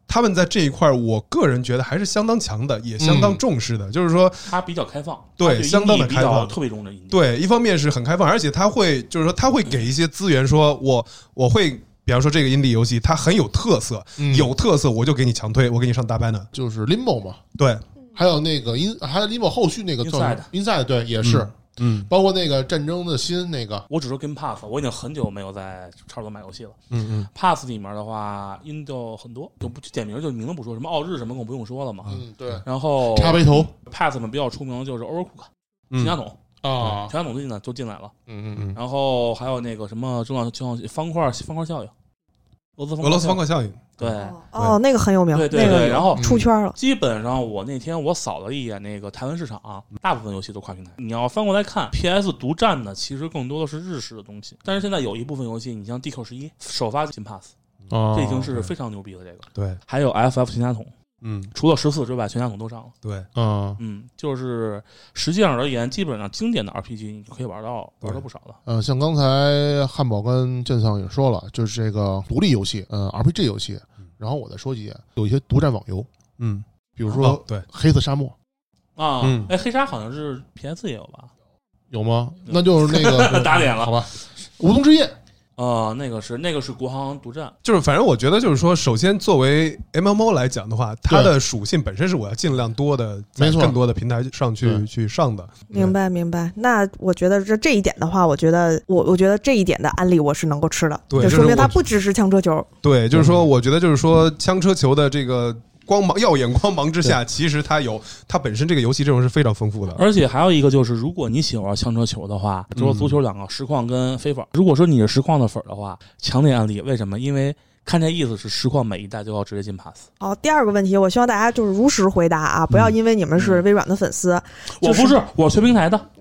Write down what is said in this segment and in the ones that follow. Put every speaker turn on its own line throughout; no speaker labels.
他们在这一块，我个人觉得还是相当强的，也相当重视的。就是说，
它比较开放，
对
它音
相当的
比较
开放
特别中的音。，
对，一方面是很开放，而且他会就是说他会给一些资源，说我我会。比方说这个 indie 游戏，它很有特色，
嗯
有特色我就给你强推，我给你上大班的。
就是 Limbo 嘛，
对，
还有那个 In，还有 Limbo 后续那个叫
Inside
Inside，对，也是，
嗯，
包括那个战争的心那个，
我只说跟 Pass，我已经很久没有在超多买游戏了。
嗯嗯，
Pass 里面的话，Indo 很多，就不点名就名字不说，什么奥日什么更不用说了嘛。
嗯，对，
然后
茶杯头
Pass 里面比较出名的就是 Overcook，全
嗯
家桶，
啊
全，家桶最近呢就进来了。
嗯嗯
哦嗯
然后还有那个什么重要重要方块方块效应，俄罗斯
俄罗斯方
块
块效应，
对
哦，那个很有名，
对对
那个
对，然后
嗯
出圈了。
基本上我那天我扫了一眼那个台湾市场、啊
嗯
大部分游戏都跨平台。你要翻过来看，PS 独占的其实更多的是日式的东西，但是现在有一部分游戏，你像 DQ 十一首发进 Pass，
哦
啊
嗯
这已经是非常牛逼了。这个
对，
还有 FF 全家桶，
嗯
除了十四之外，全家桶都上了。
对，
啊，
嗯，就是实际上而言，基本上经典的 RPG 你可以玩到
对
玩到不少的。
呃，像刚才汉堡跟建桑也说了，就是这个独立游戏，嗯，RPG 游戏，然后我再说几点，有一些独占网游，
嗯
比如
哦
说
对，
黑色沙漠
啊
嗯，
哎，黑鲨好像是 PS 也有吧？
有吗？那就是那个
打脸了
好吧？无冬之夜，
啊，那个是那个是国行独占，
就是反正我觉得就是说，首先作为 MMO 来讲的话，它
对
的属性本身是我要尽量多的，
没
在
错
更多的平台上去
对
去上的。
明白明白。那我觉得这这一点的话，我觉得我我觉得这一点的案例我是能够吃的，
对
就
这
说
是
明
我
它不只是枪车球。
对，就是说，我觉得就是说，枪车球的这个光芒耀眼光芒之下，其实它有它本身这个游戏阵容是非常丰富的。
而且还有一个就是，如果你喜欢玩枪车球的话，除
嗯
了足球两个实况跟非法，如果说你是实况的粉儿的话，强烈案例。为什么？因为看这意思是实况每一代都要直接进 pass。
好，第二个问题，我希望大家就是如实回答啊，
嗯
不要因为你们是微软的粉丝，
我不是，我全平台的。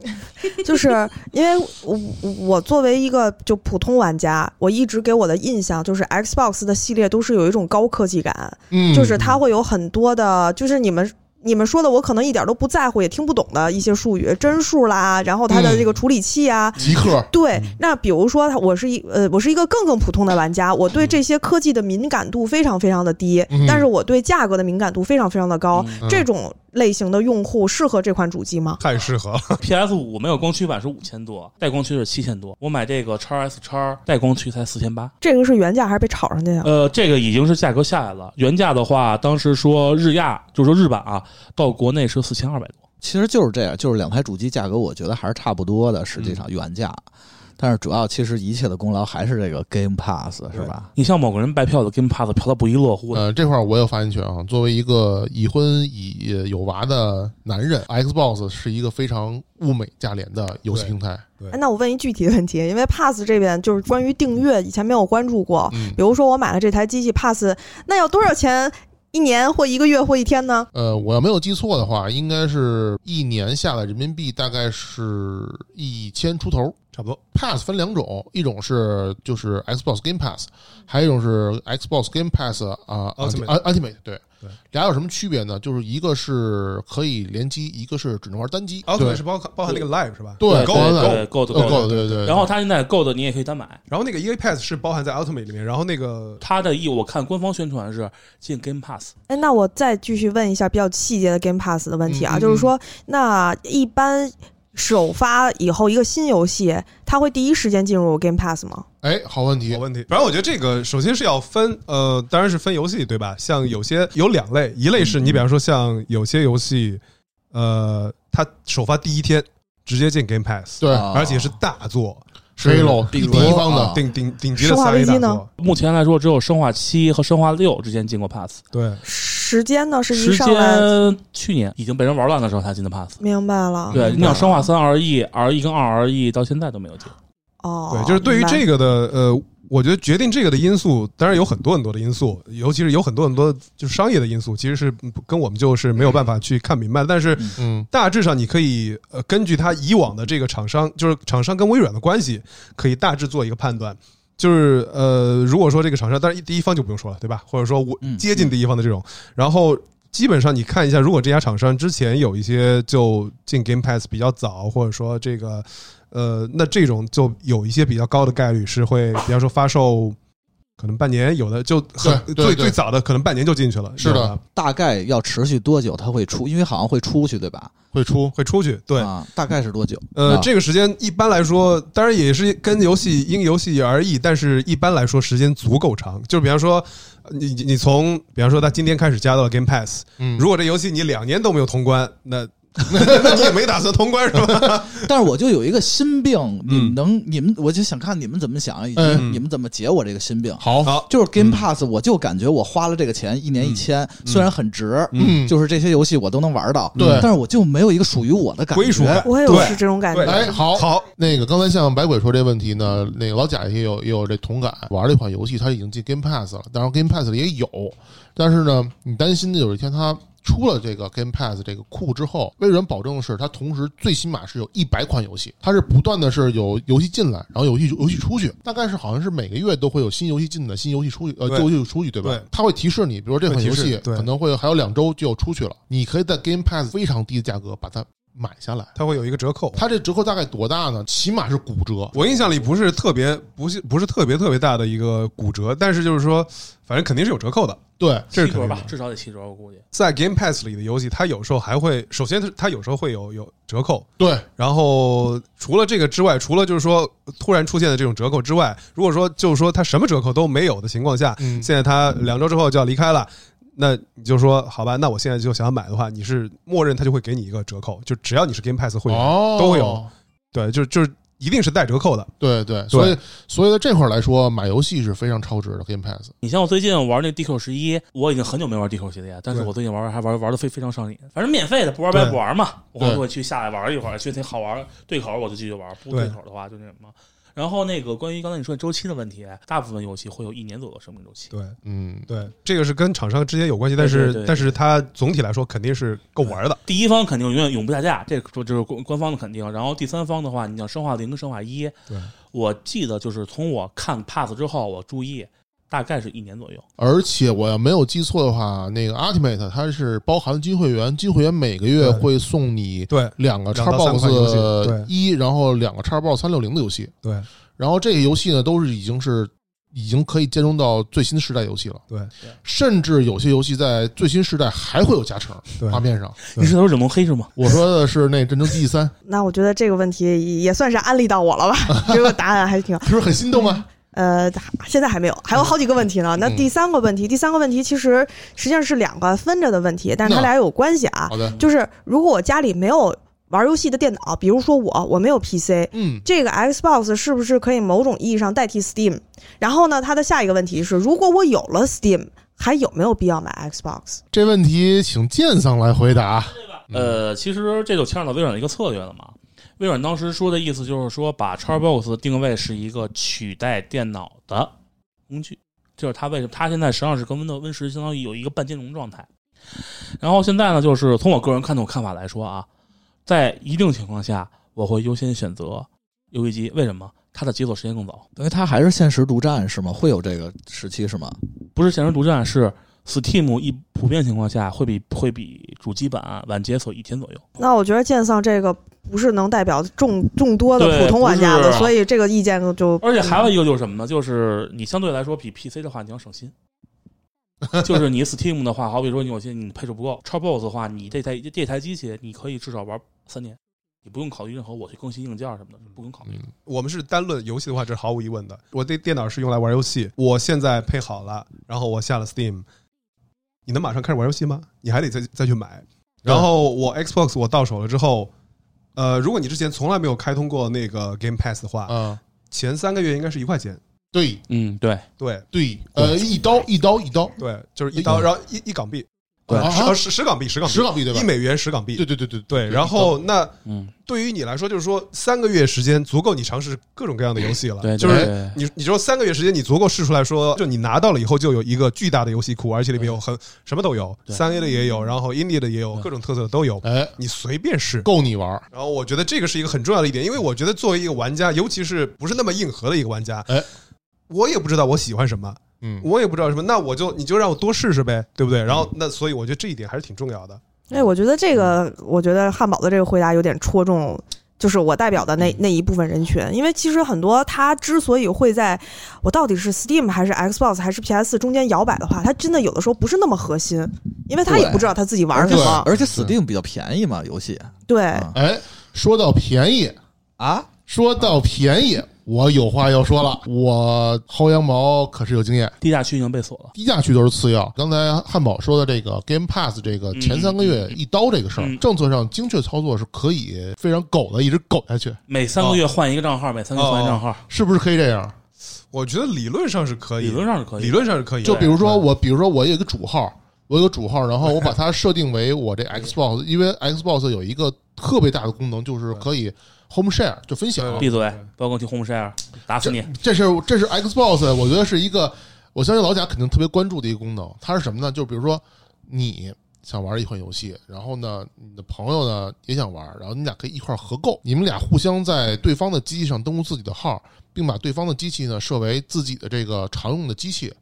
就是因为我我作为一个就普通玩家，我一直给我的印象就是 Xbox 的系列都是有一种高科技感，
嗯，
就是它会有很多的，就是你们。你们说的我可能一点都不在乎，也听不懂的一些术语，帧数啦，然后它
嗯
的这个处理器啊，
极客，
对，那比如说，我是一呃，我是一个更更普通的玩家，我对这些科技的敏感度非常非常的低，
嗯
但是我对价格的敏感度非常非常的高。
嗯
这种类型的用户适合这款主机吗？
太适合了，
PS 五没有光驱版是五千多，带光驱是七千多。我买这个 x S x 带光驱才四千八。
这个是原价还是被炒上去的？
呃，这个已经是价格下来了。原价的话，当时说日亚，就是说日版啊，到国内是四千二百多。
其实就是这样，就是两台主机价格，我觉得还是差不多的，实际
嗯
上原价。但是主要其实一切的功劳还是这个 Game Pass 是吧？
你像某个人白嫖的 Game Pass 嫖到不亦乐乎的，
呃，这块儿我有发言权啊。作为一个已婚已有娃的男人，Xbox 是一个非常物美价廉的游戏
对
平台。
哎，那我问一具体的问题，因为 Pass 这边就是关于订阅，以前没有关注过。
嗯
比，如说我买了这台机器 Pass，那要多少钱一年或一个月或一天呢？
呃，我要没有记错的话，应该是一年下来人民币大概是一千出头。
差不多。
Pass 分两种，一种是就是 Xbox Game Pass，还有一种是 Xbox Game Pass 啊、呃、
Ultimate
Ultimate Ultimate 对
对，
俩有什么区别呢？就是一个是可以联机，一个是只能玩单机。
奥特
对
曼是包含包含那个 Live 是吧？
对
够
包含
了够了
对，够的
呃
够
够
的。
对对。
然后它现在够的你也可以单买。
然后那个 EA Pass 是包含在 Ultimate 里面，然后那个
它的意我看官方宣传是进 Game Pass，
哎，那我再继续问一下比较细节的 Game Pass 的问题
嗯
啊，
嗯
就是说，那一般首发以后一个新游戏，它会第一时间进入 Game Pass 吗？
哎，好问题
好，问题。反正我觉得这个首先是要分，呃，当然是分游戏对吧？像有些有两类，一类是你比方说像有些游戏，呃，它首发第一天直接进 Game Pass，
对，哦
啊
而且是大作，
是 Halo
比
第
如
一方的
啊
顶顶顶级的
生化
三 A
危
大
机呢
作。
目前来说只有生化七和生化六之间进过 Pass，
对，
时间呢是一
时
上来，
间去年已经被人玩烂的时候才进的 Pass。
明白
啊
了。
对，
嗯
你想生化三 RE、RE 跟 2RE 到现在都没有进。
哦，
对，就是对于
明白
这个的呃，我觉得决定这个的因素，当然有很多很多的因素，尤其是有很多很多就是商业的因素，其实是不跟我们就是没有办法去看明白。但是
嗯，
大致上，你可以呃根据它以往的这个厂商，就是厂商跟微软的关系，可以大致做一个判断。就是呃，如果说这个厂商，当然第一方就不用说了，对吧？或者说我
嗯
接近第一方的这种，然后基本上你看一下，如果这家厂商之前有一些就进 Game Pass 比较早，或者说这个呃，那这种就有一些比较高的概率是会，比方说发售可能半年，有的就很
对对
最
对
最早的可能半年就进去了，
是的
有的
大概要持续多久它会出？因为好像会出去对吧？
会出
会出去，对，
啊，大概是多久？
呃，
啊
这个时间一般来说，当然也是跟游戏因游戏而异，但是一般来说时间足够长。就是比方说，呃你你你从比方说他今天开始加到了 Game Pass，
嗯
如果这游戏你两年都没有通关，那 那你也没打算通关是吧？
但是我就有一个心病，你们
嗯
能你们我就想看你们怎么想，以及
嗯
你们怎么解我这个心病。
好
好，
就是
嗯
Game Pass，我就感觉我花了这个钱，一年一千，虽然很值，
嗯
就是这些游戏我都能玩到，嗯
对
但是我就没有一个属于我的感觉。
归属感
我也有
对
是这种感
对
觉。
哎好
好，
那个刚才像白鬼说这问题呢，那个老贾也有也有这同感，玩这款游戏它已经进 Game Pass 了，当然 Game Pass 里也有，但是呢，你担心的有一天它出了这个 Game Pass 这个库之后，微软保证的是它同时最起码是有一百款游戏，它是不断的是有游戏进来，然后游戏游戏出去，大概是好像是每个月都会有新游戏进来，新游戏出去，呃，
对
旧游戏出去，对吧？
对
它会提示你，比如说这款游
会提
戏
示对
可能会还有两周就要出去了，你可以在 Game Pass 非常低的价格把它买下来。
它会有一个折扣。
它这折扣大概多大呢？起码是骨折，
我印象里不是特别，不是不是特别特别大的一个骨折，但是就是说，反正肯定是有折扣的。
对，
这
七
是肯
折
定
吧，
的。
至少得七折，我估计。
在 Game Pass 里的游戏，它有时候还会，首先它它有时候会有有折扣，
对，
然后除了这个之外，除了就是说突然出现的这种折扣之外，如果说就是说它什么折扣都没有的情况下，
嗯
现在它两周之后就要离开了。那你就说好吧，那我现在就想买的话，你是默认它就会给你一个折扣，就只要你是 Game Pass 会员，
哦，
都会有。对，就是就是一定是带折扣的。
对对，所以所以在这块儿来说，买游戏是非常超值的 Game Pass。
你像我最近玩那 DQ 十一，我已经很久没玩 DQ 系列，但是
对
我最近玩还玩玩的非非常上瘾。反正免费的不玩白不玩嘛，我
对
就会去下来玩一会儿，觉得挺好玩，对口我就继续玩，不
对
对口的话就那什么。然后那个关于刚才你说的周期的问题，大部分游戏会有一年左右的生命周期。
对
嗯，
对，这个是跟厂商之间有关系，但
对
是
对对对
但是它总体来说肯定是够玩的。
第一方肯定永远永不下架，这这就是官官方的肯定。然后第三方的话，你像生化零跟生化一，
对，
我记得就是从我看 pass 之后，我注意大概是一年左右。
而且我要没有记错的话，那个 Ultimate 它是包含金会员，金会员每个月
对
会送你
对
两个
两到三款游戏对
Xbox 一，然后两个 Xbox 三六零的游戏，
对
然后这个游戏呢都是已经是已经可以兼容到最新时代游戏了，
对
甚至有些游戏在最新时代还会有加成
对
画面上。
对
你是说忍龙黑是吗？
我说的是那《战争机器三》，
那我觉得这个问题也算是安利到我 了吧，这个答案还挺
是不是很心动啊？
呃，现在还没有，还有好几个问题呢。
嗯
那第三个问题，第三个问题其实实际上是两个分着的问题，但是它
嗯
那
俩有关系啊。
好的，
就是如果我家里没有玩游戏的电脑，比如说我，我没有 PC，
嗯，
这个 Xbox 是不是可以某种意义上代替 Steam？然后呢，它的下一个问题是，如果我有了 Steam，还有没有必要买 Xbox？
这问题请剑桑来回答。
呃，其实这就牵扯到微软的一个策略了嘛。微软当时说的意思就是说，把 Xbox 定位是一个取代电脑的工具，就是它为什么它现在实际上是跟 Windows Win 十相当于有一个半兼容状态。然后现在呢，就是从我个人看我看法来说啊，在一定情况下，我会优先选择游戏机，为什么？它的解锁时间更早，
因为它还是限时独占是吗？会有这个时期是吗？
不是闲时独占，是 Steam 一普遍情况下会比会比主机版晚解锁一天左右。
那我觉得剑丧这个不是能代表众众多的
对
普通玩家
不
的，
是
所以这个意见就嗯
而且还有一个就是什么呢？就是你相对来说比 PC 的话，你要省 心。就是你 Steam 的话，好比说你有些你配置不够，Xbox 的话，你这台这台机器你可以至少玩三年，你不用考虑任何我去更新硬件什么的，不用考虑。
嗯
我们是单论游戏的话，这是毫无疑问的。我的电脑是用来玩游戏，我现在配好了，然后我下了 Steam，你能马上开始玩游戏吗？你还得再再去买。然后我 Xbox 我到手了之后，呃，如果你之前从来没有开通过那个 Game Pass 的话，
啊，
前三个月应该是一块钱。
对
嗯，对，
对
对，呃，一刀一刀一刀，
对，就是一刀，
嗯
然后一一港币，
对
呃十
啊
呃十十港币，十港币，
十港币对吧
一？美元十港币。
对对对对
对，然后那
嗯，
对于你来说，就是说三个月时间足够你尝试各种各样的游戏了。
对，
嗯就
对
是
对
你你说三个月时间，你足够试出来说，就你拿到了以后，就有一个巨大的游戏库，而且里面有很什么都有，
对
三 A 的也有，然后 indie 的也有，
对
各种特色的都有，
哎，
你随便试。
够你玩儿，
然后我觉得这个是一个很重要的一点，因为我觉得作为一个玩家，尤其是不是那么硬核的一个玩家，
哎
我也不知道我喜欢什么，
嗯，
我也不知道什么，那我就你就让我多试试呗，对不对？然后那所以我觉得这一点还是挺重要的。
哎，我觉得这个，我觉得汉堡的这个回答有点戳中，就是我代表的
嗯
那那一部分人群，因为其实很多他之所以会在我到底是 Steam 还是 Xbox 还是 PS 中间摇摆的话，他真的有的时候不是那么核心，因为他也
对
不知道他自己玩
而
什
且
么。
而且 Steam 比较便宜嘛，游戏
对，
嗯
啊
哎，说到便宜，
啊，
说到便宜，我有话要说了。我薅羊毛可是有经验，
低价区已经被锁了。
低价区都是次要。刚才汉堡说的这个 Game Pass 这个前三个月一刀这个事儿
嗯，
政策上精确操作是可以非常狗的一直狗下去，
每三个月换一个账号，每三个月换一个账号，
哦
是不是可以这样？
我觉得理论上是可以，
理论上是可以。
哦理论上是可以的，
就比如说
对
我，比如说我有一个主号，我有个主号，然后我把它设定为我这 Xbox，因为 Xbox 有一个特别大的功能，就是可以 Home Share 就分享。
闭嘴，不要跟我提 Home Share，打死你！
这是这是 Xbox，我觉得是一个，我相信老贾肯定特别关注的一个功能。它是什么呢？就比如说你想玩一款游戏，然后呢，你的朋友呢也想玩，然后你俩可以一块儿合购，你们俩互相在对方的机器上登录自己的号，并把对方的机器呢设为自己的这个常用的机器。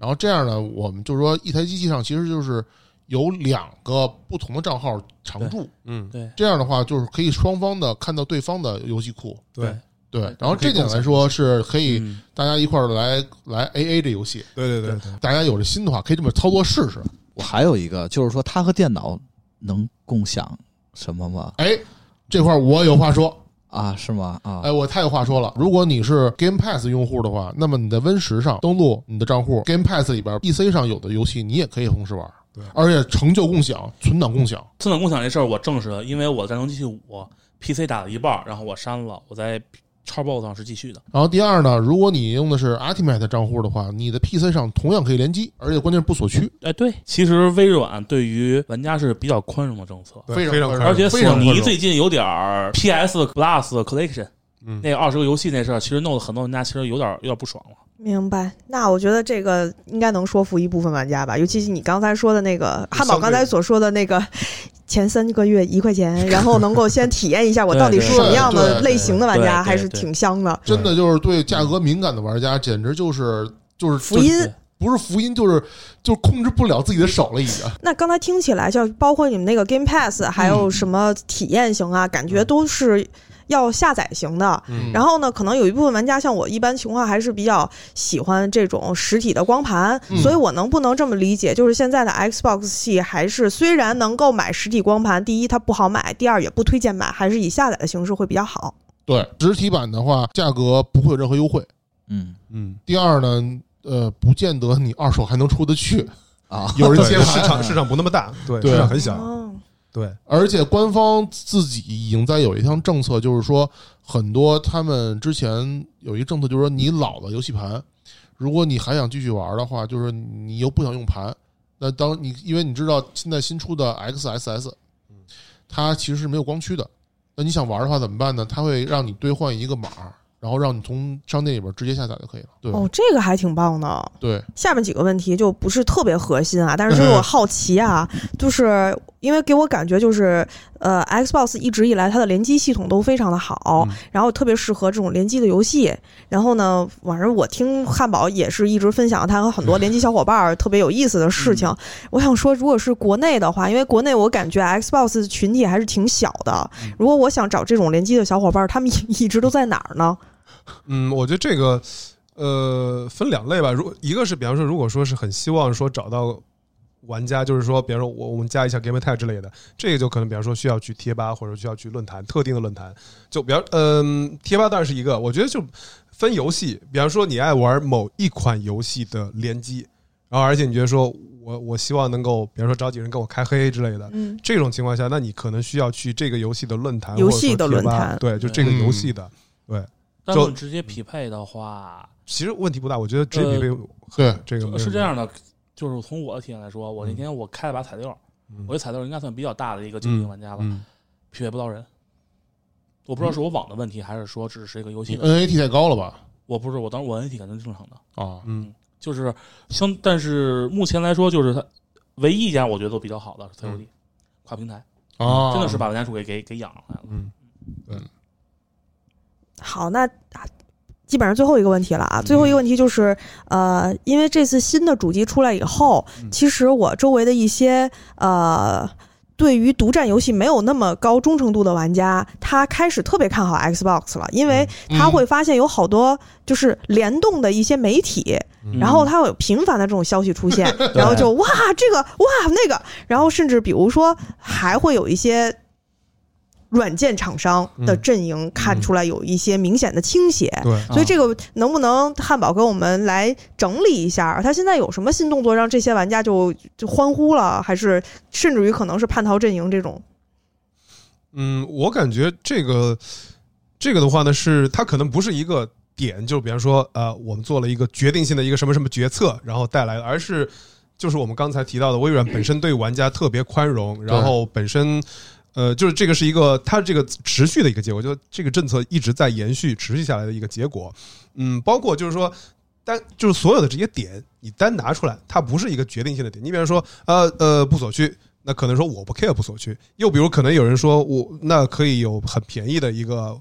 然后这样呢，我们就是说一台机器上其实就是有两个不同的账号常驻，
嗯，
对
这样的话就是可以双方的看到对方的游戏库。
对，
对
对，
然后这点来说是可以
嗯，
大家一块儿来来 A A 这游戏，
对对对对，
大家有这心的话可以这么操作试试。
我还有一个就是说，它和电脑能共享什么吗？
哎，这块儿我有话说，
啊，是吗？啊，
嗯呃
哎，我太有话说了。如果你是 Game Pass 用户的话，那么你在 Win 十上登录你的账户，Game Pass 里边 PC 上有的游戏你也可以同时玩，
对
而且成就共享、存档共享。
存档共享这事儿我证实了，因为我《战争机器五》PC 打了一半儿，然后我删了，我在 Xbox 上是继续的。
然后第二呢，如果你用的是 Ultimate 账户的话，你的 PC 上同样可以联机，而且关键是不锁区，
哎，对，其实微软对于玩家是比较宽容的政策，
对
非常
哎非常
宽容
快乐
而且
非
索
常宽
尼
容
最近有点儿 PS Plus Collection，
嗯
那二十个游戏那事儿，其实弄得很多玩家其实有点儿有点儿不爽了。
明白，那我觉得这个应该能说服一部分玩家吧，尤其是你刚才说的那个汉堡刚才所说的 那个前三个月一块钱，然后能够先体验一下我到底是什么样的类型的玩
对对
家，
对
还是挺香的。
真的就是对价格敏感的玩家，简直就是就是
福音
对
不是福音，就是就是控制不了自己的手了，已经。
那刚才听起来，就包括你们那个 Game Pass，还
嗯
有什么体验型啊，感觉都是要下载型的。
嗯
然后呢，可能有一部分玩家像我一般情况还是比较喜欢这种实体的光盘，
嗯
所以我能不能这么理解，就是现在的 Xbox 系还是虽然能够买实体光盘，第一它不好买，第二也不推荐买，还是以下载的形式会比较好。
对，实体版的话，价格不会有任何优惠。
嗯
嗯
第二呢，呃，不见得你二手还能出得去，
啊，
有人
对
接
市
盘。
场市场不那么大，对
对
市场很小，
哦，
对
而且官方自己已经在有一项政策，就是说很多他们之前有一个政策，就是说你老了游戏盘，如果你还想继续玩的话，就是你又不想用盘，那当你因为你知道现在新出的 XSS，它其实是没有光驱的，那你想玩的话怎么办呢？它会让你兑换一个码，然后让你从商店里边直接下载就可以了。对、
哦，这个还挺棒的。
对，
下面几个问题就不是特别核心啊，但是就是我好奇啊，就是因为给我感觉就是，呃，Xbox 一直以来它的联机系统都非常的好，
嗯
然后特别适合这种联机的游戏。然后呢，反正我听汉堡也是一直分享他和很多联机小伙伴儿特别有意思的事情。我想说，如果是国内的话，因为国内我感觉 Xbox 群体还是挺小的，如果我想找这种联机的小伙伴儿，他们一直都在哪儿呢？
嗯，我觉得这个呃分两类吧，如一个是比方说，如果说是很希望说找到玩家，就是说，比方说我我们加一下 Game Tag 之类的，这个就可能比方说需要去贴吧或者需要去论坛特定的论坛，就比方嗯、贴吧当然是一个，我觉得就分游戏，比方说你爱玩某一款游戏的联机，然后而且你觉得说我我希望能够，比方说找几个人跟我开黑之类的，
嗯，
这种情况下，那你可能需要去这个游戏的论坛，
游戏的
或者说贴吧
论坛
对，就这个
嗯
游戏的。
但
就是
直接匹配的话，
其实问题不大，我觉得直接匹配
对，
这个没
呃
有
是这样的，就是从我的体验来说，我那
嗯
天我开了把彩六，
嗯
我这彩六应该算比较大的一个精英玩家吧，
嗯，
匹配不到人。我不知道是我网的问题，还是说只是一个游戏
嗯
的。
你 NAT 太高了吧？
我不是，我当时我 NT 肯定正常的，
啊，
嗯
就是相，但是目前来说，就是它唯一一家我觉得都比较好的是 COD，跨平台，
啊，
真的是把玩家数给给给养上来了。
嗯，
好，那啊基本上最后一个问题了啊，
嗯
最后一个问题就是，呃，因为这次新的主机出来以后，
嗯
其实我周围的一些呃。对于独占游戏没有那么高忠诚度的玩家，他开始特别看好 Xbox 了，因为
嗯
他会发现有好多就是联动的一些媒体，
嗯
然后它会有频繁的这种消息出现，
对
然后就哇这个哇那个，然后甚至比如说还会有一些软件厂商的阵营看出来有一些明显的倾斜。
对，
嗯
所以这个能不能汉堡跟我们来整理一下？他现在有什么新动作让这些玩家就就欢呼了，还是甚至于可能是叛逃阵营这种？
嗯，我感觉这个这个的话呢，是它可能不是一个点，就比方说呃，我们做了一个决定性的一个什么什么决策，然后带来的，而是就是我们刚才提到的，微软本身对玩家特别宽容，然后本身。呃，就是这个是一个它这个持续的一个结果，就这个政策一直在延续、持续下来的一个结果。嗯，包括就是说，单就是所有的这些点，你单拿出来，它不是一个决定性的点。你比方说，呃呃，不锁区，那可能说我不 care 不锁区，又比如可能有人说我那可以有很便宜的一个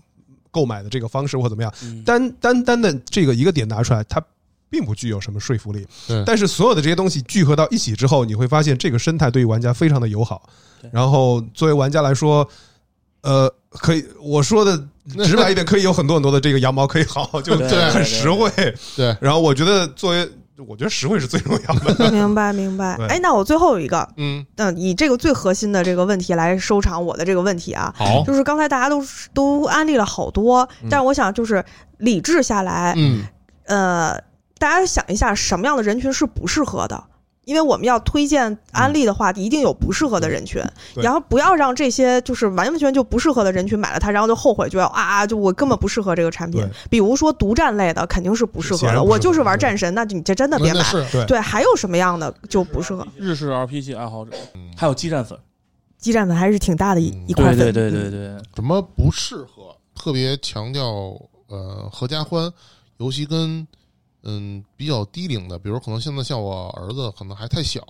购买的这个方式或怎么样，
嗯
单单单的这个一个点拿出来，它并不具有什么说服力
对。
但是所有的这些东西聚合到一起之后，你会发现这个生态对于玩家非常的友好
对。
然后作为玩家来说，呃，可以，我说的直白一点，可以有很多很多的这个羊毛可以 薅，就
对
对
很实惠。
对，
然后我觉得作为，我觉得实惠是最重要的。
明白明白
对。
哎，那我最后一个，
嗯，
嗯，以这个最核心的这个问题来收场我的这个问题啊，
好，
就是刚才大家都都安利了好多，
嗯
但是我想就是理智下来，
嗯，
呃，大家想一下什么样的人群是不适合的。因为我们要推荐安利的话，一定有不适合的人群，
嗯对
然后不要让这些就是完完全就不适合的人群买了它，然后就后悔，就要啊啊，就我根本不适合这个产品
对。
比如说独占类的肯定是不适合
显然
的，
不适合
我就是玩
对
战神，那你这真的
那
别买
那。是
对
对，还有什么样的就不适合？
日式 RPG 爱好者，还有激战粉，
激战粉还是挺大的一
嗯
一块粉。嗯
对对，
什么不适合？特别强调呃合家欢，尤其跟嗯比较低龄的，比如可能现在像我儿子可能还太小，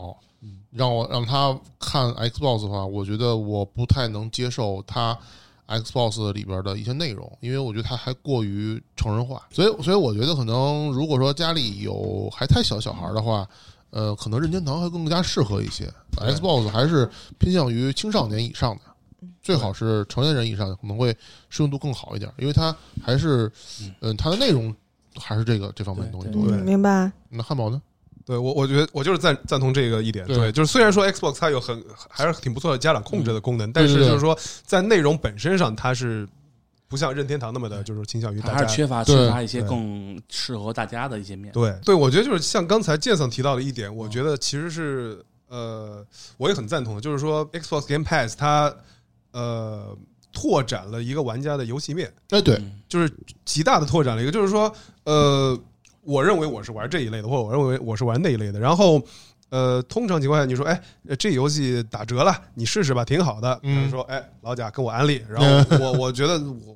让我让他看 Xbox 的话，我觉得我不太能接受他 Xbox 里边的一些内容，因为我觉得他还过于成人化。所以，所以我觉得可能如果说家里有还太小小孩的话。呃，可能任天堂会更加适合一些，Xbox 还是偏向于青少年以上的。
嗯
最好是成年人以上的可能会适用度更好一点，因为它还是，嗯、它的内容还是这个这方面的东西多一
对
点。
嗯，明白。
那汉堡呢？
对我，我觉得我就是赞赞同这个一点。
对
对，就是虽然说 Xbox 它有很还是挺不错的家长控制的功能，但
嗯
是
对对对
就是说在内容本身上，它是不像任天堂那么的，就是倾向于
它
大
还
家
是缺乏
对
缺乏一些
对
更适合大家的一些面。
对对，我觉得就是像刚才建桑提到的一点，我觉得其实是呃，我也很赞同，就是说 Xbox Game Pass 它呃拓展了一个玩家的游戏面，
哎，对，
嗯
就是极大的拓展了一个，就是说呃，我认为我是玩这一类的，或者我认为我是玩那一类的，然后。呃，通常情况下，你说，哎，呃这游戏打折了，你试试吧，挺好的。
嗯
他说，哎，老贾跟我安利，然后我我觉得我，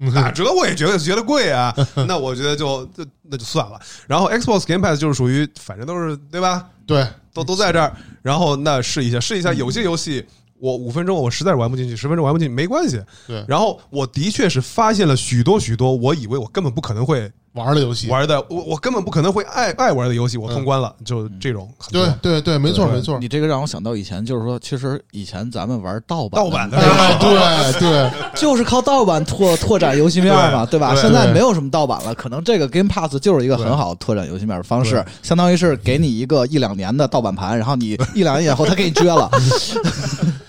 呃，打折我也觉得觉得贵啊，那我觉得就就那就算了。然后 Xbox Game Pass 就是属于反正都是对吧，
对，
都都在这儿，然后那试一下试
嗯
一下，有些游戏我五分钟我实在是玩不进去，十分钟玩不进去没关系。
对
然后我的确是发现了许多许多我以为我根本不可能会
玩的游戏，
玩的，我我根本不可能会爱爱玩的游戏，我通关了，就这种很多
嗯对对对，没错
对
没错，
你这个让我想到以前，就是说，其实以前咱们玩盗版，
盗版 的
哎，对对，
就是靠盗版拓拓展游戏面嘛，对吧？
对
现在没有什么盗版了，可能这个 Game Pass 就是一个很好拓展游戏面的方式
对，
相当于是给你一个一两年的盗版盘，然后你一两年以后他给你撅了。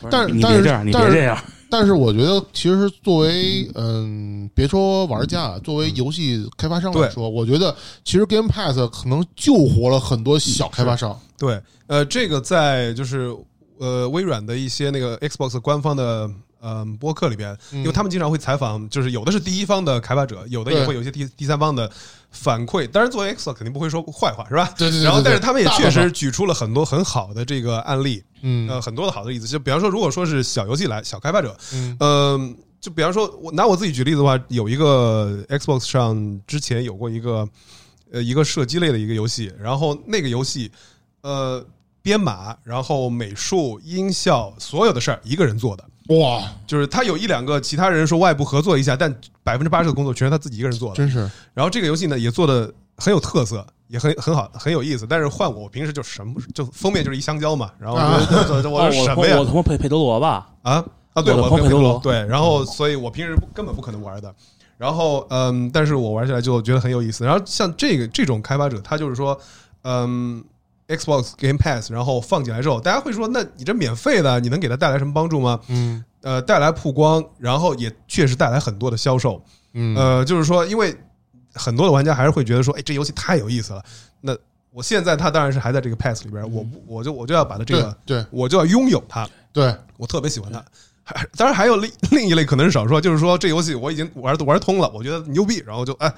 不
但是
你
但
别
是
这样，你
但
别
是
这样，
但是我觉得其实作为嗯，别说玩家啊，作为游戏开发商来说，我觉得其实 Game Pass 可能救活了很多小开发商。
对，呃，这个在就是呃微软的一些那个 Xbox 官方的。嗯，播客里边，因为他们经常会采访，就是有的是第一方的开发者，有的也
对
会有一些第第三方的反馈。当然，作为 Xbox 肯定不会说坏话，是吧？
对对对，
然后，
嗯对
但是他们也
大
确
部
实
分
举出了很多很好的这个案例，呃，
嗯
很多的好的例子。就比方说，如果说是小游戏来小开发者，
嗯
嗯，就比方说，我拿我自己举例子的话，有一个 Xbox 上之前有过一个呃一个射击类的一个游戏，然后那个游戏呃编码，然后美术、音效所有的事儿一个人做的，
哇，
就是他有一两个其他人说外部合作一下，但百分之八十的工作全是他自己一个人做的。
真是
然后这个游戏呢也做的很有特色，也很很好，很有意思。但是换我，我平时就什么就封面就是一香蕉嘛，然后
啊
我就就就
哦
我说什么
我我
呀
他妈配佩德罗吧，
啊啊！对，
我的
我
朋友
佩
佩德罗
对，然后所以我平时不根本不可能玩的。然后嗯，但是我玩起来就觉得很有意思。然后像这个这种开发者，他就是说嗯。Xbox Game Pass，然后放进来之后，大家会说：“那你这免费的，你能给他带来什么帮助吗？”
嗯
呃，带来曝光，然后也确实带来很多的销售。
嗯
呃，就是说，因为很多的玩家还是会觉得说，哎，这游戏太有意思了。那我现在它当然是还在这个 Pass 里边，我不我就我就要把它这个，
嗯对
我就要拥有它，
对
我特别喜欢它。还当然还有另另一类可能是少数，就是说这游戏我已经玩玩通了，我觉得牛逼，然后就哎。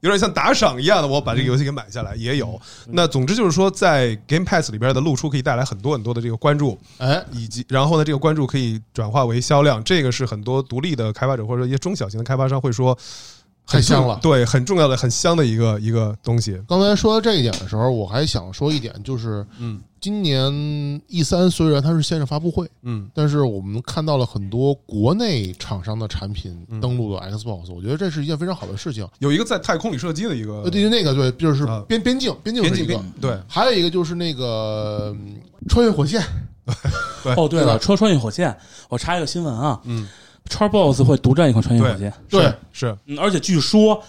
有点像打赏一样的，我把这个游戏给买下来也有。
嗯
那总之就是说，在 Game Pass 里边的露出可以带来很多很多的这个关注，
对，哎，
以及然后呢，这个关注可以转化为销量，这个是很多独立的开发者或者说一些中小型的开发商会说很
太香
重
了
对，很重要的、很香的一个一个东西。
刚才说到这一点的时候，我还想说一点，就是，
嗯，
今年 E 三虽然它是线上发布会，
嗯，
但是我们看到了很多国内厂商的产品
嗯
登陆了 Xbox，、我觉得这是一件非常好的事情。
有一个在太空里射击的一个
呃，对于那个对，就是
啊
边边境，边境
边
是
境
一个
边，对
还有一个就是那个嗯穿越火线，
哦，对
对
了，
吧
车穿越火线，我查一个新闻啊，
嗯，
叉 boss 会独占一款穿越火线，
对
是
嗯，而且据说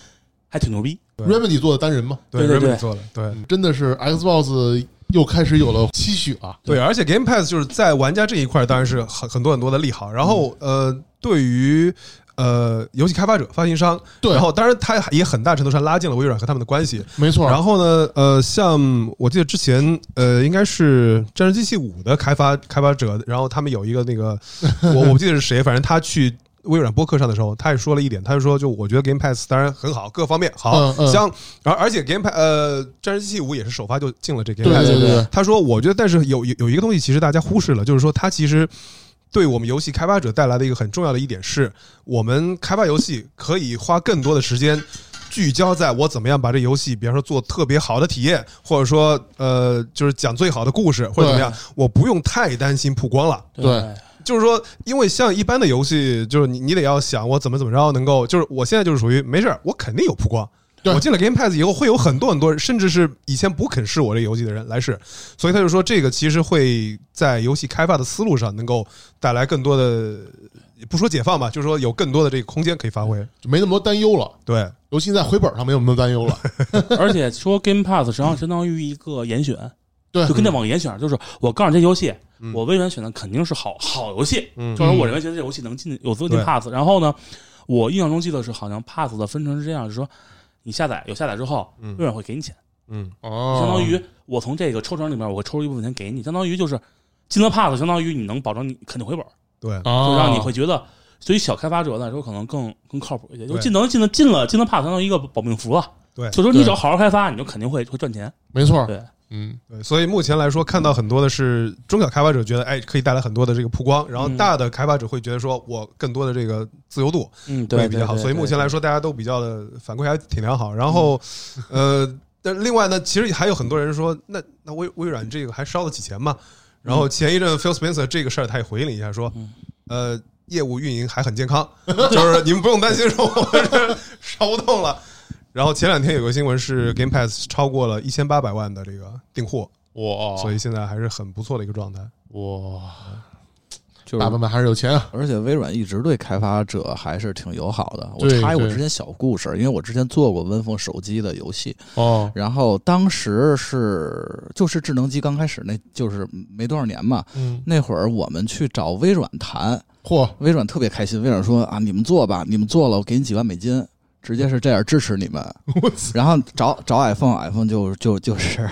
还挺牛逼。
对
Remedy 做的单人嘛，
对对
r e
对
m 做的，对
真的是 Xbox 又开始有了期许啊。
对，而且 Game Pass 就是在玩家这一块，当然是很很多很多的利好。然后
嗯
呃，对于呃游戏开发者、发行商，
对
然后当然它也很大程度上拉近了微软和他们的关系。
没错。
然后呢，呃，像我记得之前，呃，应该是《战争机器五》的开发开发者，然后他们有一个那个， 我我不记得是谁，反正他去微软播客上的时候，他也说了一点，他就说，就我觉得 Game Pass 当然很好，各方面好
嗯，嗯
像而而且 Game Pass 呃，《战争机器五》也是首发就进了这
对对
Game Pass。
对对，
他说，我觉得，但是有有有一个东西，其实大家忽视了，就是说，它其实对我们游戏开发者带来的一个很重要的一点是，我们开发游戏可以花更多的时间聚焦在我怎么样把这游戏，比方说做特别好的体验，或者说呃，就是讲最好的故事，或者怎么样，我不用太担心曝光了。
对
就是说，因为像一般的游戏，就是你你得要想我怎么怎么着能够，就是我现在就是属于没事儿，我肯定有曝光。
对
我进了 Game Pass 以后，会有很多很多，甚至是以前不肯试我这游戏的人来试，所以他就说，这个其实会在游戏开发的思路上能够带来更多的，呃不说解放吧，就是说有更多的这个空间可以发挥。
就没那么多担忧了。
对，
尤其在回本上没有那么多担 忧了。
而且说 Game Pass 实际上
嗯
相当于一个严选，
对
就跟那网易严选，就是我告诉你这游戏，
嗯
我微软选的肯定是好好游戏，
嗯
就是我认为觉得这游戏能进有资格进
对
Pass。然后呢，我印象中记得是好像 Pass 的分成是这样，是说你下载有下载之后，
嗯
微软会给你钱，
嗯，
哦
相当于我从这个抽成里面我抽一部分钱给你，相当于就是进了 Pass，相当于你能保证你肯定回本，
对，
就
就
让你会觉得。对于小开发者来说，可能更更靠谱一些。就
对
进能进了进了进了 Pass，相当于一个保命符了。
对哦
所以说你
对
只要好好开发，你就肯定会会赚钱。
没错。
对，
嗯，
对，所以目前来说，看到很多的是中小开发者觉得，哎，可以带来很多的这个曝光，然后
嗯
大的开发者会觉得说，我更多的这个自由度，
嗯，
会比较好。所以目前来说，大家都比较的反馈还挺良好。然后，呃，但另外呢，其实还有很多人说，那那微微软这个还烧了几钱嘛？然后前一阵 Phil Spencer 这个事儿，他也回应了一下，说，呃，业务运营还很健康， 就是你们不用担心说我这烧不动了。然后前两天有个新闻是 Game Pass 超过了一千八百万的这个订货，
哇，
所以现在还是很不错的一个状态。
哇，
就是
大。老板还是有钱啊。
而且微软一直对开发者还是挺友好的。我
对
插一个
对
我之前小故事，因为我之前做过 Win 手机的游戏，
哦，
然后当时是就是智能机刚开始，那就是没多少年嘛。
嗯，
那会儿我们去找微软谈，
嚯，
微软特别开心。微软说啊，你们做吧，你们做了，我给你几万美金，直接是这样支持你们。然后找找 iPhone，iPhone 就就就是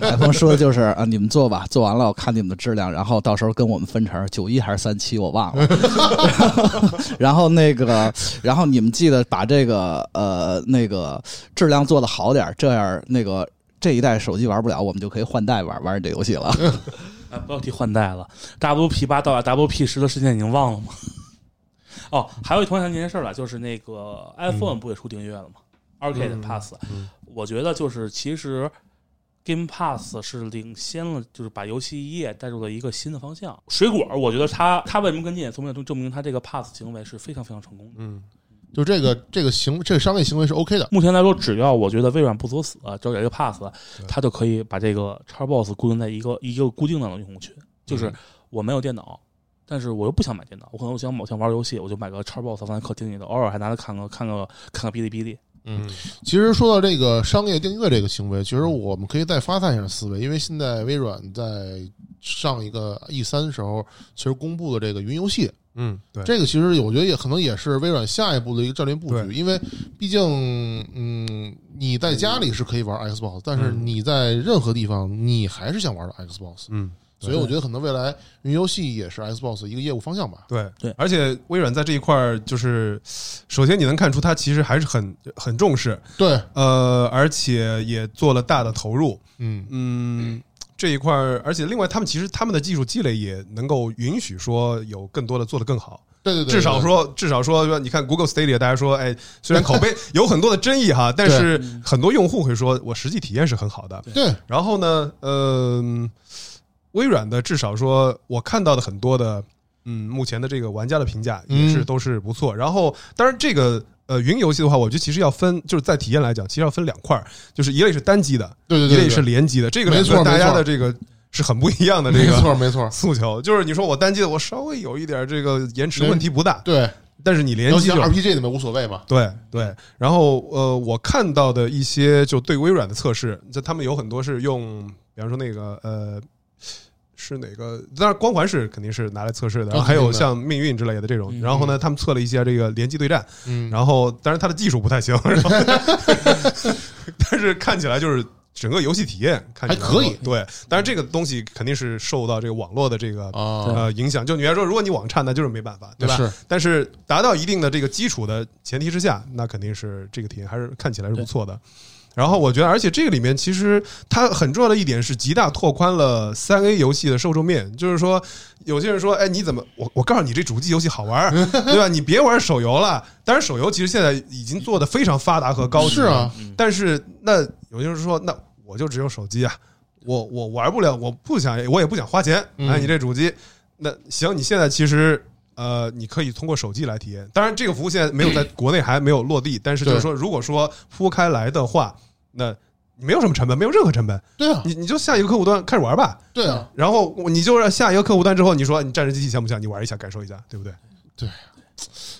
iPhone 说的就是啊，你们做吧，做完了我看你们的质量，然后到时候跟我们分成九一还是三七，我忘了。然后那个，然后你们记得把这个呃那个质量做的好点儿，这样那个。这一代手机玩不了，我们就可以换代玩玩你这游戏了。
啊，不要提换代了，WP 八到 WP 十的事件已经忘了吗？ 哦，还有一同样一件事儿了，就是那个 iPhone 不也出订阅了吗、a r c a d e Pass，、我觉得就是其实 Game Pass 是领先了，就是把游戏业带入了一个新的方向。水果，我觉得它它为什么跟电影聪明，就证明它这个 Pass 行为是非常非常成功的。
嗯，
就这个这个行这个商业行为是 OK 的。
目前来说，只要我觉得微软不作死，只要有一个 pass，它就可以把这个 Xbox 固定在一个一个固定的用户群。
嗯
就是我没有电脑，但是我又不想买电脑，我可能我想我想玩游戏，我就买个 Xbox 放在客厅里头，偶尔还拿它看个看个看个哔哩哔哩。
嗯，
其实说到这个商业订阅这个行为，其实我们可以再发散一下思维，因为现在微软在上一个 E 三时候，其实公布了这个云游戏，
嗯，对，
这个其实我觉得也可能也是微软下一步的一个战略布
对
局，因为毕竟，嗯，你在家里是可以玩 Xbox，但是
嗯
你在任何地方，你还是想玩 Xbox，
嗯。
所以我觉得可能未来云游戏也是 Xbox 一个业务方向吧。
对
对
而且微软在这一块儿，就是首先你能看出它其实还是很很重视，
对，
呃，而且也做了大的投入，
嗯，
嗯，这一块儿，而且另外他们其实他们的技术积累也能够允许说有更多的做得更好，
对对对，
至少
对
说至少说，你看 Google Stadia，大家说，哎，虽然口碑有很多的争议哈，但是很多用户会说我实际体验是很好的，
对
然后呢，呃，微软的至少说我看到的很多的，嗯，目前的这个玩家的评价也是、
嗯
都是不错。然后，当然这个呃云游戏的话，我觉得其实要分，就是在体验来讲，其实要分两块儿，就是一类是单机的，
对对
一
对
类
对
是联机的。这个
没
两
错
个大
没
家
错
的这个是很不一样的这
没
个
错没错，
诉求。就是你说我单机的，我稍微有一点这个延迟问题不大，
对，
但是你联
然后
机
像
就
RPG 里面无所谓嘛，
对对，然后呃，我看到的一些就对微软的测试，就他们有很多是用，比方说那个呃，是哪个？当然光环是肯定是拿来测试的，
啊
然后还
肯
有
定的
像命运之类的这种。
嗯
然后呢，他们测了一些这个联机对战，
嗯，
然后当然它的技术 不太行，然后但是看起来就是。整个游戏体验看起来
还可以
对，但是这个东西肯定是受到这个网络的这个
啊，
呃影响。就你要说，如果你网站，那就是没办法，对吧？
是
但是达到一定的这个基础的前提之下，那肯定是这个体验还是看起来是不错的。然后我觉得，而且这个里面其实它很重要的一点是极大拓宽了三 A 游戏的受众面，就是说有些人说，哎，你怎么我我告诉你这主机游戏好玩儿，对吧？你别玩手游了。当然，手游其实现在已经做的非常发达和高级
是
了，
啊，
嗯
但是那有些人说，那我就只有手机啊，我我玩不了，我不想，我也不想花钱。
嗯
哎，你这主机，那行，你现在其实呃，你可以通过手机来体验。当然，这个服务现在没有在国内还没有落地，但是就是说，如果说铺开来的话，那没有什么成本，没有任何成本，
对啊，
你你就下一个客户端开始玩吧。
对啊，
然后你就让下一个客户端之后，你说你战士机器想不想？你玩一下，感受一下，对不对？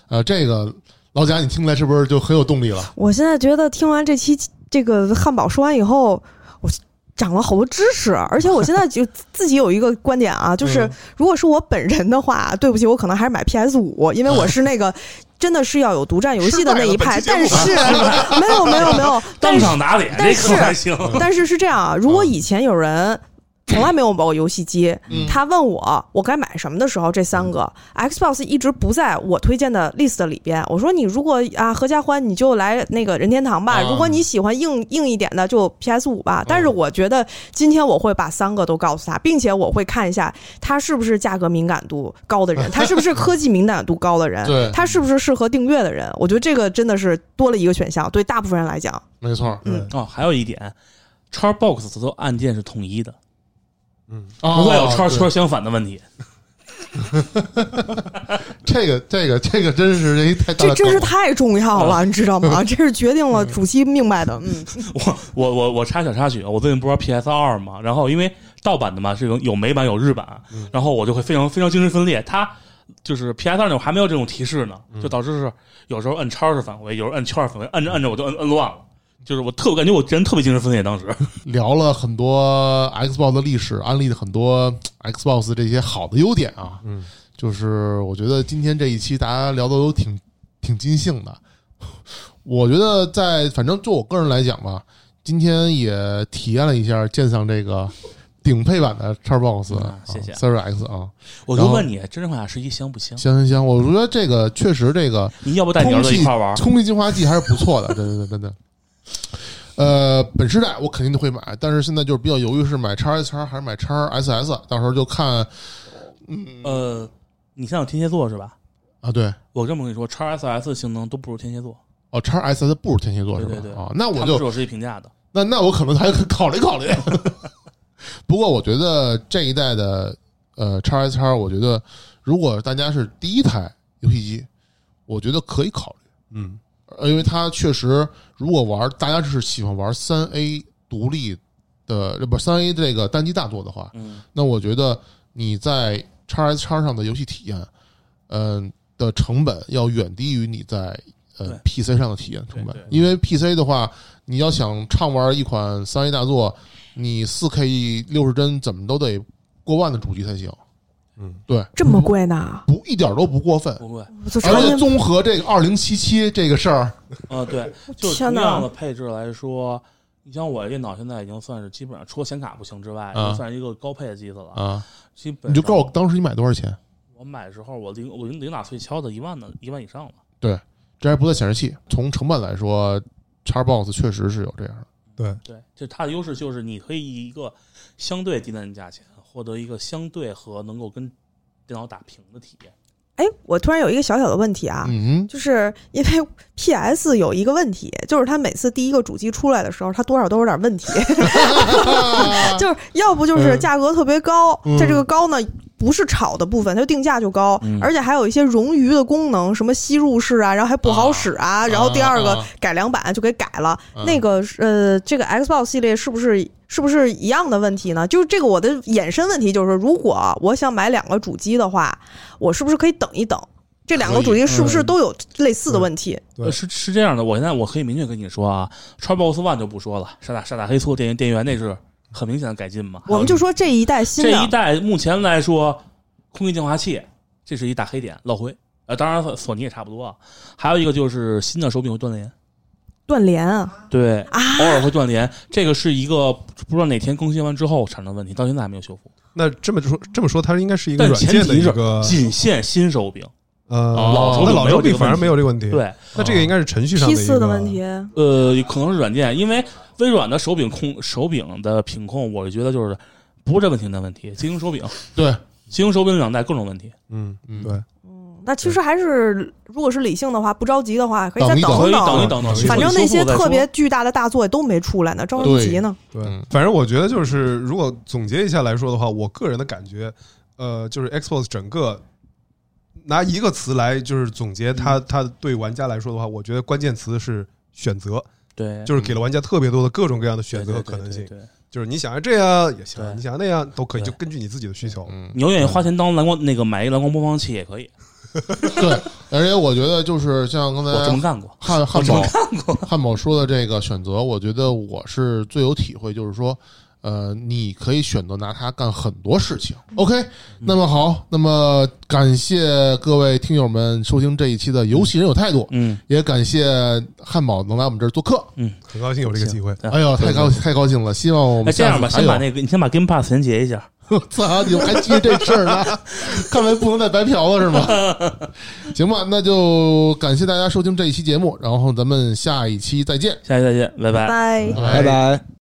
呃，这个老贾，你听来是不是就很有动力了？
我现在觉得听完这期这个汉堡说完以后，我长了好多知识，而 且我现在就自己有一个观点啊，就是
嗯
如果是我本人的
嗯
话，对不起，我可能还是买 PS 五，因为我是那个真的是要有独占游戏的那一派，
是买
但
了
是 没有没有没有，但
当
是
场打脸，
但
这
是啊
可还 行。
但是是这样啊，如果以前有人。从来没有买过游戏机，
嗯
他问我我该买什么的时候，这三个 Xbox 一直不在我推荐的 list 里边。我说你如果啊合家欢，你就来那个任天堂吧；
啊
如果你喜欢硬硬一点的，就 PS 五
嗯
吧。但是我觉得今天我会把三个都告诉他，并且我会看一下他是不是价格敏感度 高的人，他是不是科技敏感度高的人，
对
他是不是适合订阅的人。我觉得这个真的是多了一个选项，对大部分人来讲。
没错儿，
嗯
哦，还有一点，Xbox 的按键是统一的，
嗯，
不
哦
不
会有叉圈相反的问题。
这个这个这个真是一太大
这
的
真
梗了嗯
是太重要了，你知道 吗？这是决定了主席命脉的。嗯，
我我我我插小插曲，我最近不是玩 PS 二嘛，然后因为盗版的嘛是有有美版有日版，然后我就会非常非常精神分裂。它就是 PS 二那会儿还没有这种提示呢，就导致是有时候摁叉是返回，有时候摁圈是返回，摁着摁着我就摁摁乱了。就是我特我感觉我人特别精神分裂，当时
聊了很多 Xbox 的历史，安利的很多 Xbox 的这些好的优点啊。
嗯，
就是我觉得今天这一期大家聊的都挺挺尽兴的。我觉得在反正就我个人来讲吧，今天也体验了一下鉴赏这个顶配版的 Xbox，、
嗯谢谢
Series X 啊，
我就问你，真人话十一香不香？
香香香！我觉得这个确实这个
你要不带你儿子一块儿玩？
空气净化器还是不错的，真的真的。呃，本世代我肯定会买，但是现在就是比较犹豫是买叉 S 叉还是买叉 SS，到时候就看
呃，你像天蝎座是吧？
啊，对，
我这么跟你说，叉 SS 性能都不如天蝎座，
哦，叉 SS 不如天蝎座是吧？
对对对
啊，那我
他们
就是
有实际评价的。
那那我可能还考虑考虑。不过我觉得这一代的呃叉 S 叉，我觉得如果大家是第一台游戏机，我觉得可以考虑，
嗯，
呃因为它确实如果玩大家是喜欢玩三 A 独立的，呃不三 A 这个单机大作的话，
嗯，
那我觉得你在 x S 叉上的游戏体验，嗯、的成本要远低于你在呃
对
PC 上的体验成本
对对，
因为 PC 的话，你要想畅玩一款三 A 大作，你四 K 六十帧怎么都得过万的主机才行。
嗯，
对，
这么贵呢？
不一点都不过分。
不贵。
我就
而
常
且
年
综合这个二零七七这个事儿，
啊，对，就
天
同
哪
样的配置来说，你像我电脑现在已经算是基本上除了显卡不行之外，已
啊
经算是一个高配的机子了。
啊，
基本
你就
上
告诉我当时你买多少钱？
我买的时候，我零我零零打碎敲的一万的一万以上了。
这还不算显示器。从成本来说，Xbox 确实是有这样的。
对，
对，这它的优势就是你可以以一个相对低廉的价钱获得一个相对和能够跟电脑打平的体验。
哎，我突然有一个小小的问题啊，
嗯，
就是因为 PS 有一个问题，就是它每次第一个主机出来的时候，它多少都有点问题， 就是要不就是
嗯
价格特别高，
嗯
在这个高呢。不是炒的部分，它就定价就高，
嗯
而且还有一些冗余的功能，什么吸入式啊，然后还不好使啊，然后第二个
啊
改良版就给改了。
啊
那个是呃，这个 Xbox 系列是不是是不是一样的问题呢？就是这个我的衍生问题就是说，如果我想买两个主机的话，我是不是可以等一等？这两个
可以
主机是不是
嗯
都有类似的问题？
对
呃是是这样的，我现在我可以明确跟你说啊，Xbox One 就不说了，沙打沙打黑粗电源电源那是很明显的改进嘛。
我们就说这一代新
这一
的，
代目前来说，空气净化器这是一大黑点，老灰。呃，当然索尼也差不多啊。还有一个就是新的手柄会断连，
断联啊，
对，
啊
偶尔会断连，这个是一个不知道哪天更新完之后产生的问题，到现在还没有修复。
那这么说，这么说，它应该是一个
但
软
前
件的
提
一
是
啊
个
仅限新手柄，
呃，
老手
那
柄
老
没有
手
这个
柄反而
问题
没有这个问题。，
对。
那这个应该是程序上
批
一
次
个
的问题。
嗯
呃，可能是软件，因为微软的手柄控手柄的品控，我觉得就是不是这问题的问题。精英手柄，
对，
精英手柄两代各种问题，
嗯
嗯
对，
那其实还是，如果是理性的话，不着急的话，可以再
等一等
可以
等
等一
一
等
等
等，
反正那些特
修
别
复了再说
巨大的大作也都没出来呢，着什么
对
急呢？
对
嗯，
反正我觉得就是，如果总结一下来说的话，我个人的感觉，呃，就是 Xbox 整个拿一个词来就是总结它，
嗯
它对玩家来说的话，我觉得关键词是选择，
对，
就是给了玩家特别多的各种各样的选
对
择和
对
可能
对
性，
对对
就是你想要这样也行
对，
你想要那样都可以，
对
就根据你自己的需求。
嗯，
你要愿意花钱当蓝光那个买一个蓝光播放器也可以，
对，而且我觉得就是像刚
我这么
才
干过。
汉汉
我这么
堡 汉堡说的这个选择，我觉得我是最有体会，就是说。呃，你可以选择拿它干很多事情。OK，那
嗯
么好，那么感谢各位听友们收听这一期的《游戏人有态度》，
嗯，
也感谢汉堡能来我们这儿做客。
很高兴有这个机会，
啊
哎呦，太高太高兴了！希望我
哎，
们
这
下
样
次
吧，
还
先
有
把。那个你先把 Game Pass 衔接一下。
操，你们还记这事儿呢？看来不能再白嫖了是吗？ 行吧，那就感谢大家收听这一期节目，然后咱们下一期再见。
哎下期再见，拜拜。
拜。
拜拜。